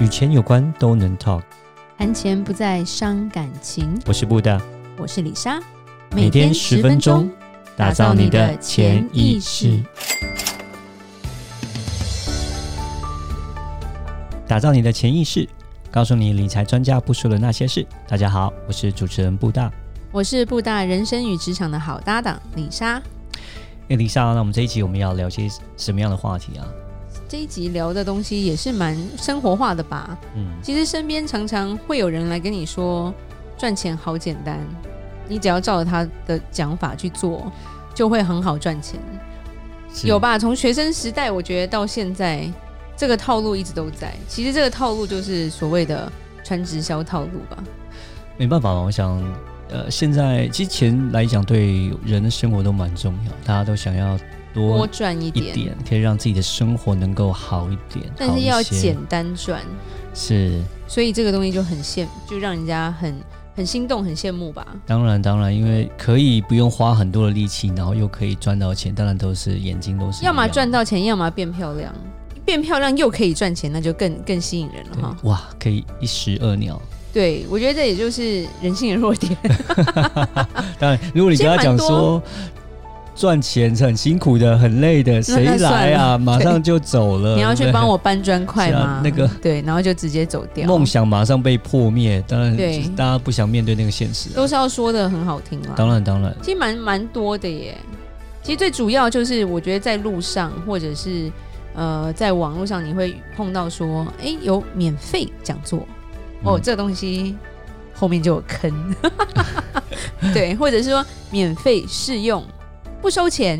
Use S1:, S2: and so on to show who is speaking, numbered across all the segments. S1: 与钱有关都能 talk。
S2: 谈钱不再伤感情。
S1: 我是布大，
S2: 我是李莎，
S1: 每天十分钟，打造你的潜意识，打造你的潜意识，告诉你理财专家不说的那些事。大家好，我是主持人布大。
S2: 我是布大人生与职场的好搭档李莎。
S1: 哎，丽莎，那我们这一集我们要聊些什么样的话题啊？
S2: 这一集聊的东西也是蛮生活化的吧？
S1: 嗯，
S2: 其实身边常常会有人来跟你说，赚钱好简单，你只要照着他的讲法去做，就会很好赚钱，
S1: 是
S2: 有？吧？从学生时代，我觉得到现在，这个套路一直都在。其实这个套路就是所谓的传直销套路吧。
S1: 没办法嘛，我想，呃，现在其实钱来讲，对人的生活都蛮重要，大家都想要
S2: 多
S1: 多
S2: 赚一
S1: 一
S2: 点，
S1: 点，可以让自己的生活能够好一点，
S2: 但
S1: 好
S2: 是
S1: 一
S2: 要
S1: 些
S2: 简单赚，
S1: 是。
S2: 所以这个东西就很羡，就让人家很很心动、很羡慕吧。
S1: 当然，当然，因为可以不用花很多的力气，然后又可以赚到钱，当然都是眼睛都是啊一
S2: 要么
S1: 样
S2: 赚到钱，要么变漂亮，变漂亮又可以赚钱，那就更更吸引人了
S1: 对
S2: 哈。
S1: 哇，可以一石二鸟。
S2: 对，我觉得这也就是人性的弱点。
S1: 呃当然，如果你
S2: 其实
S1: 跟他讲
S2: 蛮多
S1: 说赚钱是很辛苦的、很累的，谁
S2: 那算
S1: 来啊？
S2: 了
S1: 马上就走了。
S2: 你要去
S1: 对不对
S2: 帮我搬砖块
S1: 是
S2: 吗？
S1: 啊那个
S2: 对，然后就直接走掉。
S1: 梦想马上被破灭，当然
S2: 对
S1: 就是大家不想面对那个现实、
S2: 都
S1: 啊。
S2: 是要说的很好听啦。
S1: 当然，当然，
S2: 其实蛮蛮多的耶。其实最主要就是，我觉得在路上或者是呃，在网络上，你会碰到说，哎、有免费讲座哦，
S1: 嗯
S2: 这个东西后面就有 坑，对，或者是说免费试用，不收钱。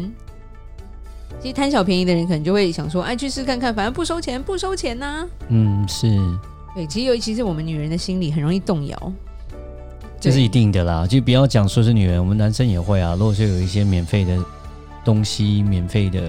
S2: 其实贪小便宜的人可能就会想说，哎，去试看看，反正不收钱，不收钱呐、
S1: 嗯，是，
S2: 对，其实尤其是我们女人的心理很容易动摇，
S1: 这是一定的啦。就不要讲说是女人，我们男生也会啊。如果说有一些免费的东西、免费的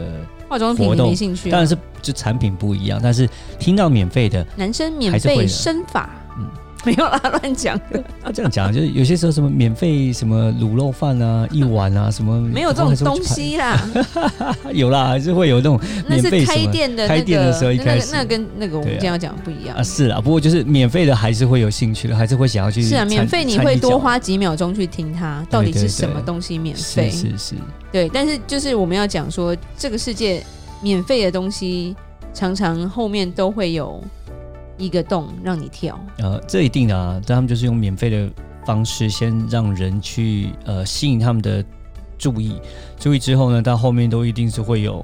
S2: 化妆品
S1: 活
S2: 你
S1: 动
S2: 没兴趣、啊，
S1: 当然是就产品不一样，但是听到免费的，
S2: 男生免
S1: 还是会
S2: 费
S1: 的
S2: 生法，
S1: 嗯
S2: 没有啦，乱讲的，
S1: 要啊这样讲，就是有些时候什么免费什么卤肉饭 啊、一碗啊，什么
S2: 没有这种东，西啦。
S1: 我还是会去排有啦，还是会有那种
S2: 那是
S1: 免费什么
S2: 开店的那个，
S1: 开店的时候一
S2: 那个
S1: 开始
S2: 那个跟那个我们
S1: 对啊
S2: 今天要讲的不一样
S1: 啊，。是啦。不过就是免费的还是会有兴趣的，还是会想要去
S2: 是啊，
S1: 掺
S2: 免费你
S1: 掺
S2: 会
S1: 一脚
S2: 多花几秒钟去听它到底
S1: 对
S2: 是
S1: 对
S2: 什么
S1: 对
S2: 东西免
S1: 是
S2: 费。
S1: 是是，
S2: 对，但是就是我们要讲说，这个世界免费的东西常常后面都会有一个洞让你跳。
S1: 呃，这一定的啊，但他们就是用免费的方式先让人去呃吸引他们的注意，注意之后呢，到后面都一定是会有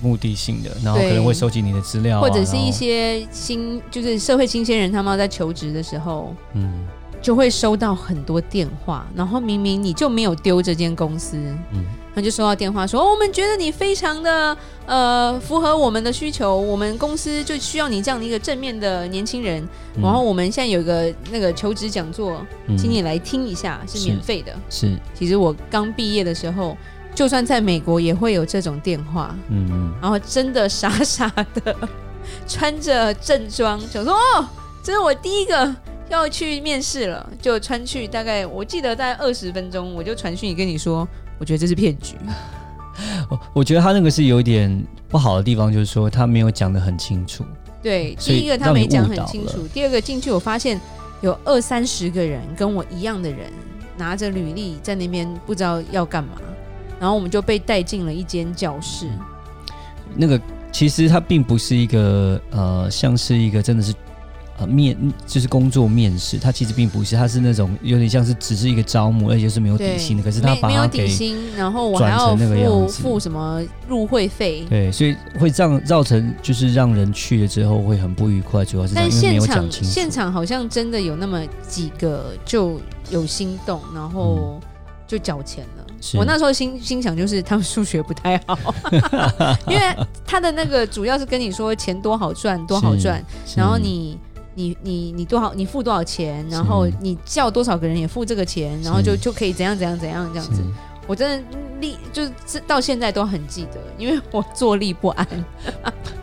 S1: 目的性的，然后可
S2: 对
S1: 能会收集你的资料啊、
S2: 或者是
S1: 然后
S2: 一些新，就是社会新鲜人，他们要在求职的时候，
S1: 嗯
S2: 就会收到很多电话，然后明明你就没有丢这间公司，
S1: 嗯。
S2: 那就收到电话说，哦，我们觉得你非常的呃符合我们的需求，我们公司就需要你这样的一个正面的年轻人，
S1: 嗯
S2: 然后我们现在有一个那个求职讲座，
S1: 嗯
S2: 请你来听一下，是
S1: 是
S2: 免费的。
S1: 是
S2: 其实我刚毕业的时候，就算在美国也会有这种电话，
S1: 嗯嗯
S2: 然后真的傻傻的 穿着正装，想说哦，这是我第一个要去面试了，就穿去大概我记得大概二十分钟，我就传讯跟你说，我觉得这是骗 局，
S1: 我哦我觉得他那个是有一点不好的地方，就是说他没有讲得很清楚。
S2: 对，
S1: 所以
S2: 第一个他
S1: 让你
S2: 没讲
S1: 误
S2: 很
S1: 导
S2: 清
S1: 了
S2: 楚，第二个进去我发现有二三十个人跟我一样的人拿着履历在那边不知道要干嘛，然后我们就被带进了一间教室，
S1: 那个其实它并不是一个呃，像是一个真的是呃面就是工作面试，它其实并不是，它是那种有点像是只是一个招募，而且是没嗯有底薪的。可是他
S2: 没
S1: 把
S2: 没
S1: 它
S2: 有底
S1: 给
S2: 薪，然后我还要
S1: 转成那个
S2: 付
S1: 样子
S2: 付什么入会费，
S1: 对，所以会让造成就是让人去了之后会很不愉快，主要是这样
S2: 但
S1: 因为没
S2: 现
S1: 有
S2: 场
S1: 讲清
S2: 现
S1: 楚。
S2: 场好像真的有那么几个就有心动，然后就缴钱了。
S1: 嗯是
S2: 我那时候心心想就是他们数学不太 好，因为他的那个主要是跟你说钱多好赚多好赚，
S1: 是
S2: 然后你。你你你多少你付多少钱，然后
S1: 是
S2: 你叫多少个人也付这个钱，然后就是就可以怎样怎样怎样这样
S1: 是
S2: 子。我真的历就是这到现在都很记得，因为我坐立不安。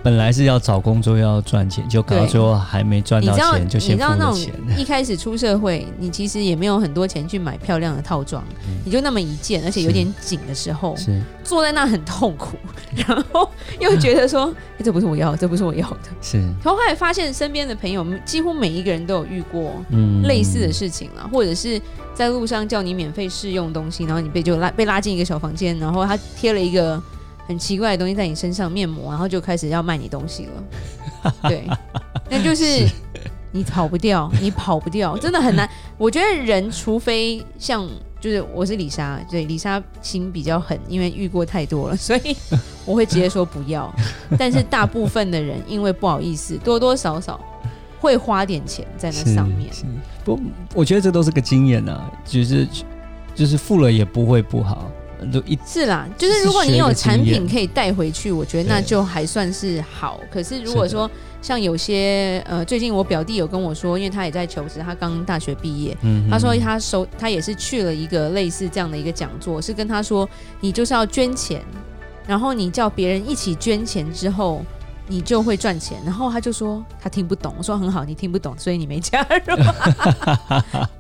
S1: 本来是要找工作要赚钱，就搞到
S2: 对
S1: 最后还没赚
S2: 你
S1: 到
S2: 知道，
S1: 钱就
S2: 你
S1: 先
S2: 知
S1: 付
S2: 道那
S1: 了
S2: 种
S1: 钱。
S2: 一开始出社会，你其实也没有很多钱去买漂亮的套装，你就那么一件，而且有
S1: 是
S2: 点紧的时候，
S1: 嗯 是
S2: 坐在那很痛苦， 然后又觉 得说，诶这不是我要的，这不是我要的。
S1: 是，
S2: 然后后来发现身边的朋友，几乎每一个人都有遇过
S1: 嗯
S2: 类似的事情啦，或者是在路上叫你免费试用东西，然后你被就拉被拉进一个小房间，然后他贴了一个很奇怪的东西在你身上面膜，然后就开始要卖你东西了。 对，那就是你逃不掉， 你跑不掉，真的很难。我觉得人除非像。就是我是李莎，对李莎心比较狠，因为遇过太多了，所 以我会直接说不要。但是大部分的人因为不好意思，多多少少会花点钱在那
S1: 是
S2: 上面。
S1: 是不，我觉得这都是个经验啊，就是就是付了也不会不好，就一
S2: 是啦，就是如果你有产
S1: 是学一个经
S2: 品
S1: 验
S2: 可以带回去，我觉得
S1: 对
S2: 那就还算是好。可是如果说像有些呃，最近我表弟有跟我说，因为他也在求职，他刚大学毕业，
S1: 嗯
S2: 他说他收他也是去了一个类似这样的一个讲座，是跟他说你就是要捐钱，然后你叫别人一起捐钱之后。你就会赚钱，然后他就说他听不懂，我说很好，你听不懂，所以你没加入。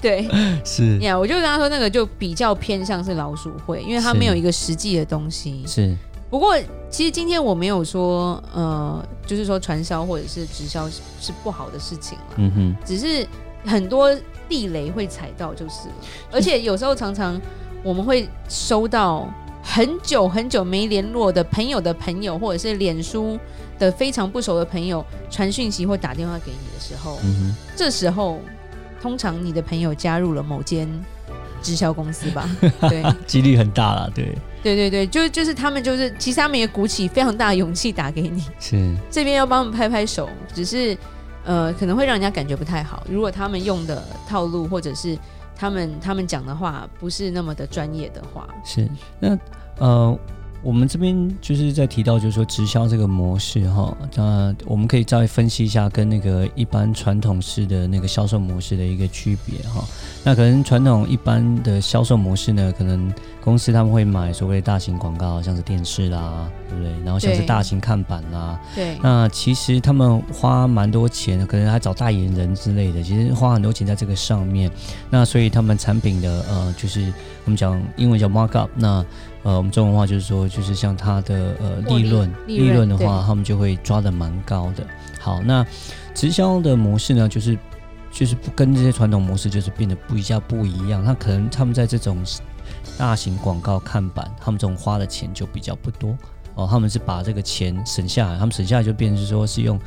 S2: 对，
S1: 是
S2: 呀我就跟他说那个就比较偏向是老鼠会，因为他
S1: 是
S2: 没有一个实际的东西。
S1: 是
S2: 不过其实今天我没有说，呃，就是说传销或者是直销是是不好的事情啦，
S1: 嗯哼
S2: 只是很多地雷会踩到就是了。而且有时候常常我们会收到很久很久没联络的朋友的朋友，或者是脸书的非常不熟的朋友传讯息或打电话给你的时候，
S1: 嗯哼。
S2: 这时候，通常你的朋友加入了某间直销公司 吧？对，
S1: 几率很大啦，对，
S2: 对对对，就就是他们就是，其实他们也鼓起非常大的勇气打给你，
S1: 是
S2: 这边要帮我们拍拍手，只是呃可能会让人家感觉不太好。如果他们用的套路或者是他们他们讲的话不是那么的专业的话，
S1: 是。那呃，我们这边就是在提到，就是说直销这个模式哈，那我们可以再分析一下跟那个一般传统式的那个销售模式的一个区别哈。那可能传统一般的销售模式呢，可能公司他们会买所谓的大型广告，像是电视啦，对不对？然后像是
S2: 对
S1: 大型看板啦，
S2: 对
S1: 那其实他们花蛮多钱的，可能还找代言人之类的，其实花很多钱在这个上面。那所以他们产品的呃，就是我们讲英文叫 markup，那呃，我们中文话就是说，就是像它的呃
S2: 获利
S1: 利润，
S2: 利润
S1: 的话
S2: 对，
S1: 他们就会抓的蛮高的。好，那直销的模式呢，就是就是不跟这些传统模式就是变得比较不一样，那可能他们在这种大型广告看板，他们这种花的钱就比较不多哦。他们是把这个钱省下来，他们省下来就变成是说是用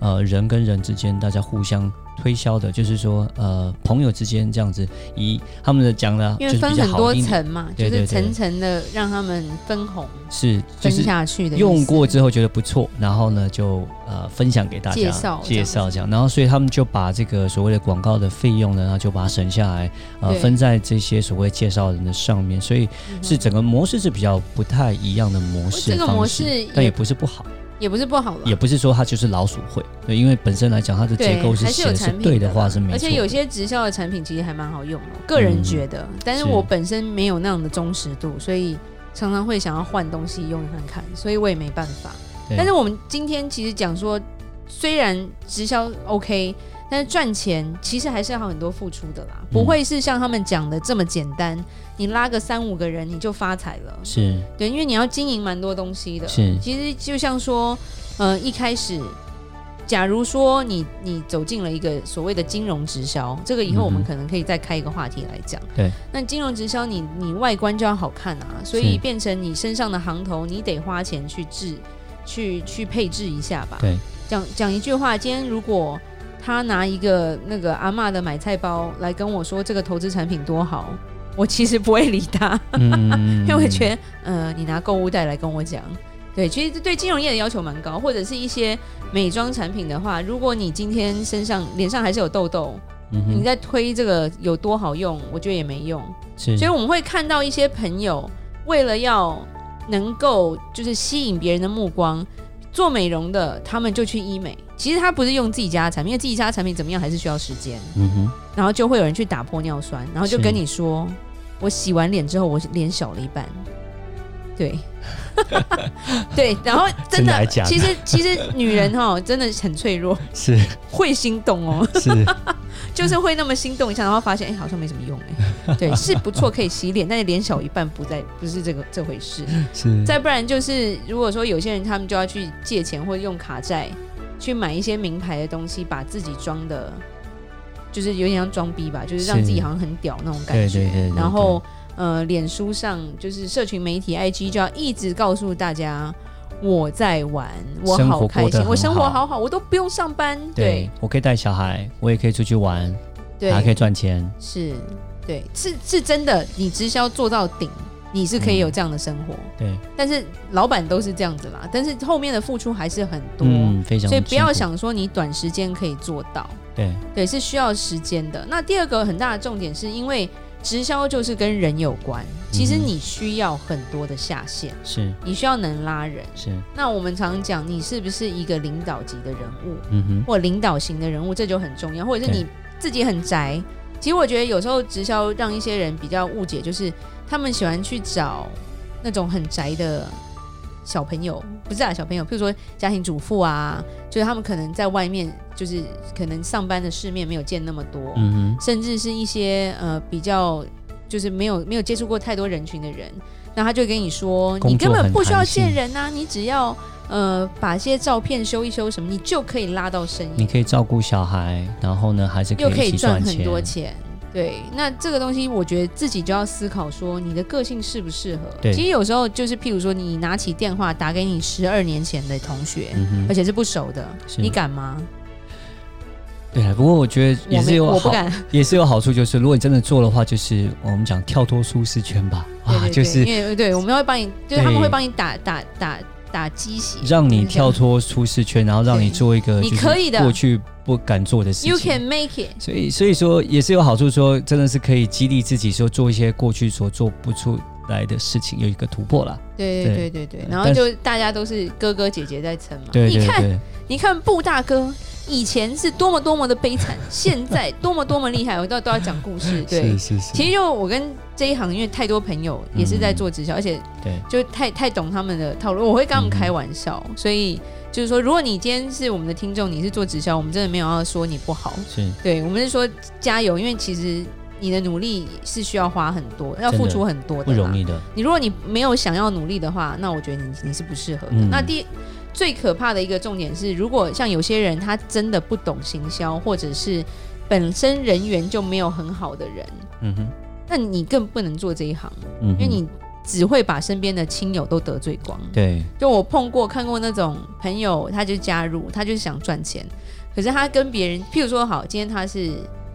S1: 呃人跟人之间大家互相推销的，就是说呃朋友之间这样子，以他们的讲的，啊就
S2: 因为
S1: 是
S2: 分
S1: 比较
S2: 很
S1: 好
S2: 多
S1: 听，
S2: 层嘛，
S1: 对
S2: 就是
S1: 对对
S2: 层层的让他们分红
S1: 是就
S2: 分
S1: 是
S2: 下去的意思。
S1: 用过之后觉得不错，然后呢就呃分享给大家
S2: 介绍这
S1: 介
S2: 样
S1: 绍这样，然后所以他们就把这个所谓的广告的费用呢，然后就把它省下来，呃
S2: 对
S1: 分在这些所谓介绍人的上面，所以是整个模式是比较不太一样的模式
S2: 嗯这个模
S1: 方式
S2: 式也
S1: 但也不是不好，
S2: 也不是不好了，
S1: 也不是说它就是老鼠会，对，因为本身来讲它的
S2: 对，
S1: 结构是
S2: 还
S1: 写
S2: 有
S1: 的是
S2: 产品
S1: 对的话
S2: 啦
S1: 是没错的，嗯
S2: 而且有些直销的产品其实还蛮好用的，我个人觉得，但是
S1: 是
S2: 我本身没有那样的忠实度，所以常常会想要换东西用看看，所以我也没办法。
S1: 对
S2: 但是我们今天其实讲说，虽然直销 OK，但是赚钱其实还是要很多付出的啦，
S1: 嗯
S2: 不会是像他们讲的这么简单，你拉个三五个人你就发财了。
S1: 是
S2: 对，因为你要经营蛮多东西的。
S1: 是
S2: 其实就像说，呃，一开始，假如说你你走进了一个所谓的金融直销，这个以后我们
S1: 嗯哼
S2: 可能可以再开一个话题来讲。
S1: 对，
S2: 那金融直销你，你外观就要好看啊，所以变成你身上的行头，你得花钱去置，去去配置一下吧。
S1: 对
S2: 讲讲一句话，今天如果他拿一个那个阿嬷的买菜包来跟我说这个投资产品多好，我其实不会理他。
S1: 嗯，
S2: 因为我觉得，呃，你拿购物袋来跟我讲，对，其实对金融业的要求蛮高，或者是一些美妆产品的话，如果你今天身上脸上还是有痘痘，
S1: 嗯
S2: 你
S1: 哼
S2: 在推这个有多好用，我觉得也没用。
S1: 是
S2: 所以我们会看到一些朋友为了要能够就是吸引别人的目光，做美容的他们就去医美，其实他不是用自己家的产品，因为自己家的产品怎么样还是需要时间。
S1: 嗯哼
S2: 然后就会有人去打玻尿酸，然后就是 跟你说，我洗完脸之后我脸小了一半，对，对，然后真
S3: 真的
S2: 的
S3: 还，假的
S2: 其实其实女人哈真的很脆 弱，
S3: 是
S2: 会心 动哦，
S3: 是，
S2: 就是会那么心动一下，然后发现哎、好像没什么用哎、对，是不错可以洗脸，但是脸小一半不在，不是这个这回事。
S3: 是
S2: 再不然就是，如果说有些人他们就要去借钱或者用卡债去买一些名牌的东西，把自己装的，就是有点像装逼吧，就是让
S3: 是
S2: 自己好像很屌那种感
S3: 对
S2: 觉。
S3: 对对对
S2: 然后呃，脸书上就是社群媒体 IG 就要一直告诉大家我在玩，我
S1: 生活
S2: 好开
S1: 过得
S2: 心，
S1: 很
S2: 我生活
S1: 好
S2: 好好，我都不用上班。
S1: 对我可以带小孩，我也可以出去玩，
S2: 对，
S1: 还可以赚钱。
S2: 是，对，是是真的，你直销做到顶，你是可以有这样的生活。
S1: 对，
S2: 但是老板都是这样子啦，但是后面的付出还是很多，
S1: 嗯，非常辛苦。
S2: 所以不要想说你短时间可以做到，
S1: 对
S2: 对，是需要时间的。那第二个很大的重点是因为直销就是跟人有关，其实
S1: 嗯
S2: 你需要很多的下线，
S1: 是
S2: 你需要能拉人。
S1: 是，
S2: 那我们常讲，你是不是一个领导级的人物？
S1: 嗯哼，
S2: 或领导型的人物，这就很重要，或者是
S1: 对
S2: 你自己很宅。其实我觉得有时候直销让一些人比较误解，就是他们喜欢去找那种很宅的小朋友，不是啊，小朋友，譬如说家庭主妇啊，就是他们可能在外面，就是可能上班的世面没有见那么多，
S1: 嗯
S2: 甚至是一些呃比较就是没有没有接触过太多人群的人，那他就跟你说，
S1: 工作
S2: 你根本
S1: 很
S2: 不需要
S1: 弹性
S2: 见人呐、你只要呃把一些照片修一修什么，你就可以拉到生
S1: 哼，
S2: 意
S1: 你，可以照顾小孩，然后呢，还是
S2: 又可
S1: 以一
S2: 以
S1: 起
S2: 赚
S1: 赚
S2: 很多钱。对，那这个东西我觉得自己就要思考说你的个性适不适合。
S1: 对
S2: 其实有时候就是，譬如说你拿起电话打给你十二年前的同学，
S1: 嗯
S2: 而
S1: 哼，
S2: 且是不熟的，
S1: 是
S2: 你敢吗？
S1: 对啊。不过我觉得
S2: 我
S1: 也是
S2: 没
S1: 有
S2: 我不
S1: 好，
S2: 敢。
S1: 也是有好处，就是如果你真的做的话，就是我们讲跳脱舒适圈吧，
S2: 对对
S1: 啊，就
S2: 对
S1: 是
S2: 因为对，我们会帮你，就是他们
S1: 对
S2: 会帮你打打打打鸡血，
S1: 让你跳
S2: 就是
S1: 脱舒适圈，然后让你
S2: 对
S1: 做一个
S2: 你
S1: 就是
S2: 可以的
S1: 过去不敢做的事
S2: 这样。You
S1: 情。
S2: can make it，
S1: 所以，所以说也是有好处，说真的是可以激励自己，说做一些过去所做不出来的事情，有一个突破啦。
S2: 对对对对对，然后
S1: 但是
S2: 就大家都是哥哥姐姐在撑嘛。
S1: 对对
S2: 你看，
S1: 对，
S2: 你看布大哥以前是多么多么的悲惨， 现在多么多么厉害，我都都要讲故事。 对
S3: 是，是是，
S2: 其实就我跟这一行，因为太多朋友也是在做直
S1: 嗯
S2: 销，而且
S1: 对
S2: 就太太懂他们的套路，我会跟他们开玩笑，所以就是说，如果你今天是我们的听众，你是做直销，我们真的没有要说你不好，
S1: 是
S2: 对，我们是说加油，因为其实你的努力是需要花很多，要
S1: 真的
S2: 付出很多的，
S1: 不容。易的。
S2: 你如果你没有想要努力的话，那我觉得你你是不适合的。
S1: 嗯
S2: 那第最可怕的一个重点是，如果像有些人他真的不懂行销，或者是本身人缘就没有很好的人，
S1: 嗯哼，
S2: 那你更不能做这一行，
S1: 嗯哼
S2: 因为你只会把身边的亲友都得罪光。
S1: 对
S2: 就我碰过看过那种朋友，他就加入，他就是想赚钱，可是他跟别人，譬如说好，今天他是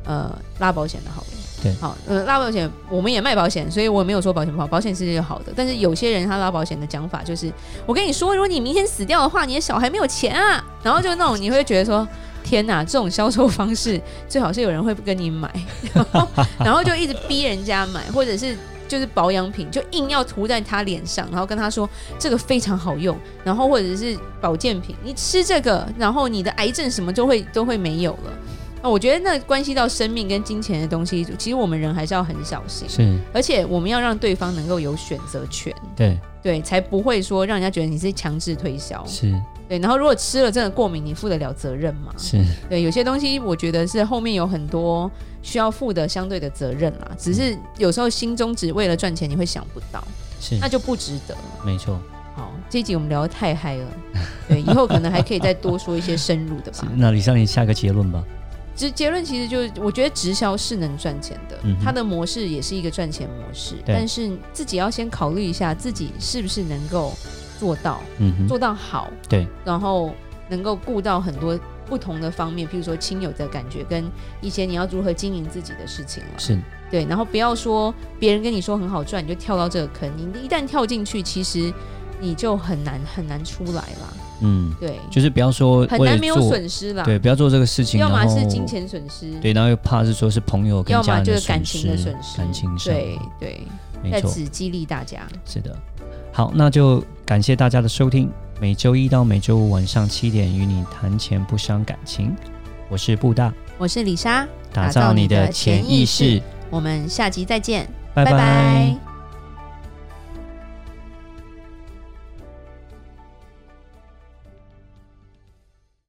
S2: 呃拉保险的好了。
S1: 对
S2: 好，呃，拉保险，我们也卖保险，所以我没有说保险不好，保险是好的。但是有些人他拉保险的讲法就是，我跟你说，如果你明天死掉的话，你的小孩没有钱啊，然后就那种你会觉得说，天哪，这种销售方式最好是有人会跟你买， 然后然后就一直逼人家买，或者是就是保养品，就硬要涂在他脸上，然后跟他说这个非常好用，然后或者是保健品，你吃这个，然后你的癌症什么都会都会没有了。那我觉得那关系到生命跟金钱的东西，其实我们人还是要很小心，
S1: 是，
S2: 而且我们要让对方能够有选择权，
S1: 对
S2: 对，才不会说让人家觉得你是强制推销，
S1: 是
S2: 对。然后如果吃了真的过敏，你负得了责任吗？
S1: 是，
S2: 对，有些东西我觉得是后面有很多需要负的相对的责任啦，只
S1: 嗯
S2: 是有时候心中只为了赚钱，你会想不到，
S1: 是
S2: 那就不值得。
S1: 没错。
S2: 好，这一集我们聊得太嗨了， 对，以后可能还可以再多说一些深入的吧
S1: 是。那李尚，你下个结论吧。
S2: 直结论其实就是，我觉得直销是能赚钱的，
S1: 嗯哼
S2: 它的模式也是一个赚钱模式，
S1: 对
S2: 但是自己要先考虑一下自己是不是能够做到，
S1: 嗯哼，
S2: 做到好，
S1: 对，
S2: 然后能够顾到很多不同的方面，譬如说亲友的感觉跟一些你要如何经营自己的事情了，
S1: 是
S2: 对，然后不要说别人跟你说很好赚，你就跳到这个坑，你一旦跳进去，其实你就很难很难出来啦，
S1: 嗯，
S2: 对，
S1: 就是不要说
S2: 很
S1: 为
S2: 难
S1: 了
S2: 没有
S1: 做，
S2: 损失啦，
S1: 对，不要做这个事情，
S2: 要么
S1: 然后
S2: 是金，钱损失，
S1: 对，然后又怕是说是朋友跟
S2: 要
S1: 家
S2: 么
S1: 人
S2: 就是感
S1: 损
S2: 情的损失，
S1: 感情上，
S2: 对对，在
S1: 没错，
S2: 此激励大家，
S1: 是的。好，那就感谢大家的收听。每周一到每周五晚上七点，与你谈钱不伤感情。我是布大，
S2: 我是李莎，
S1: 打造你的潜意识。
S2: 我们下集再见，
S1: 拜
S2: 拜
S1: 拜
S2: 拜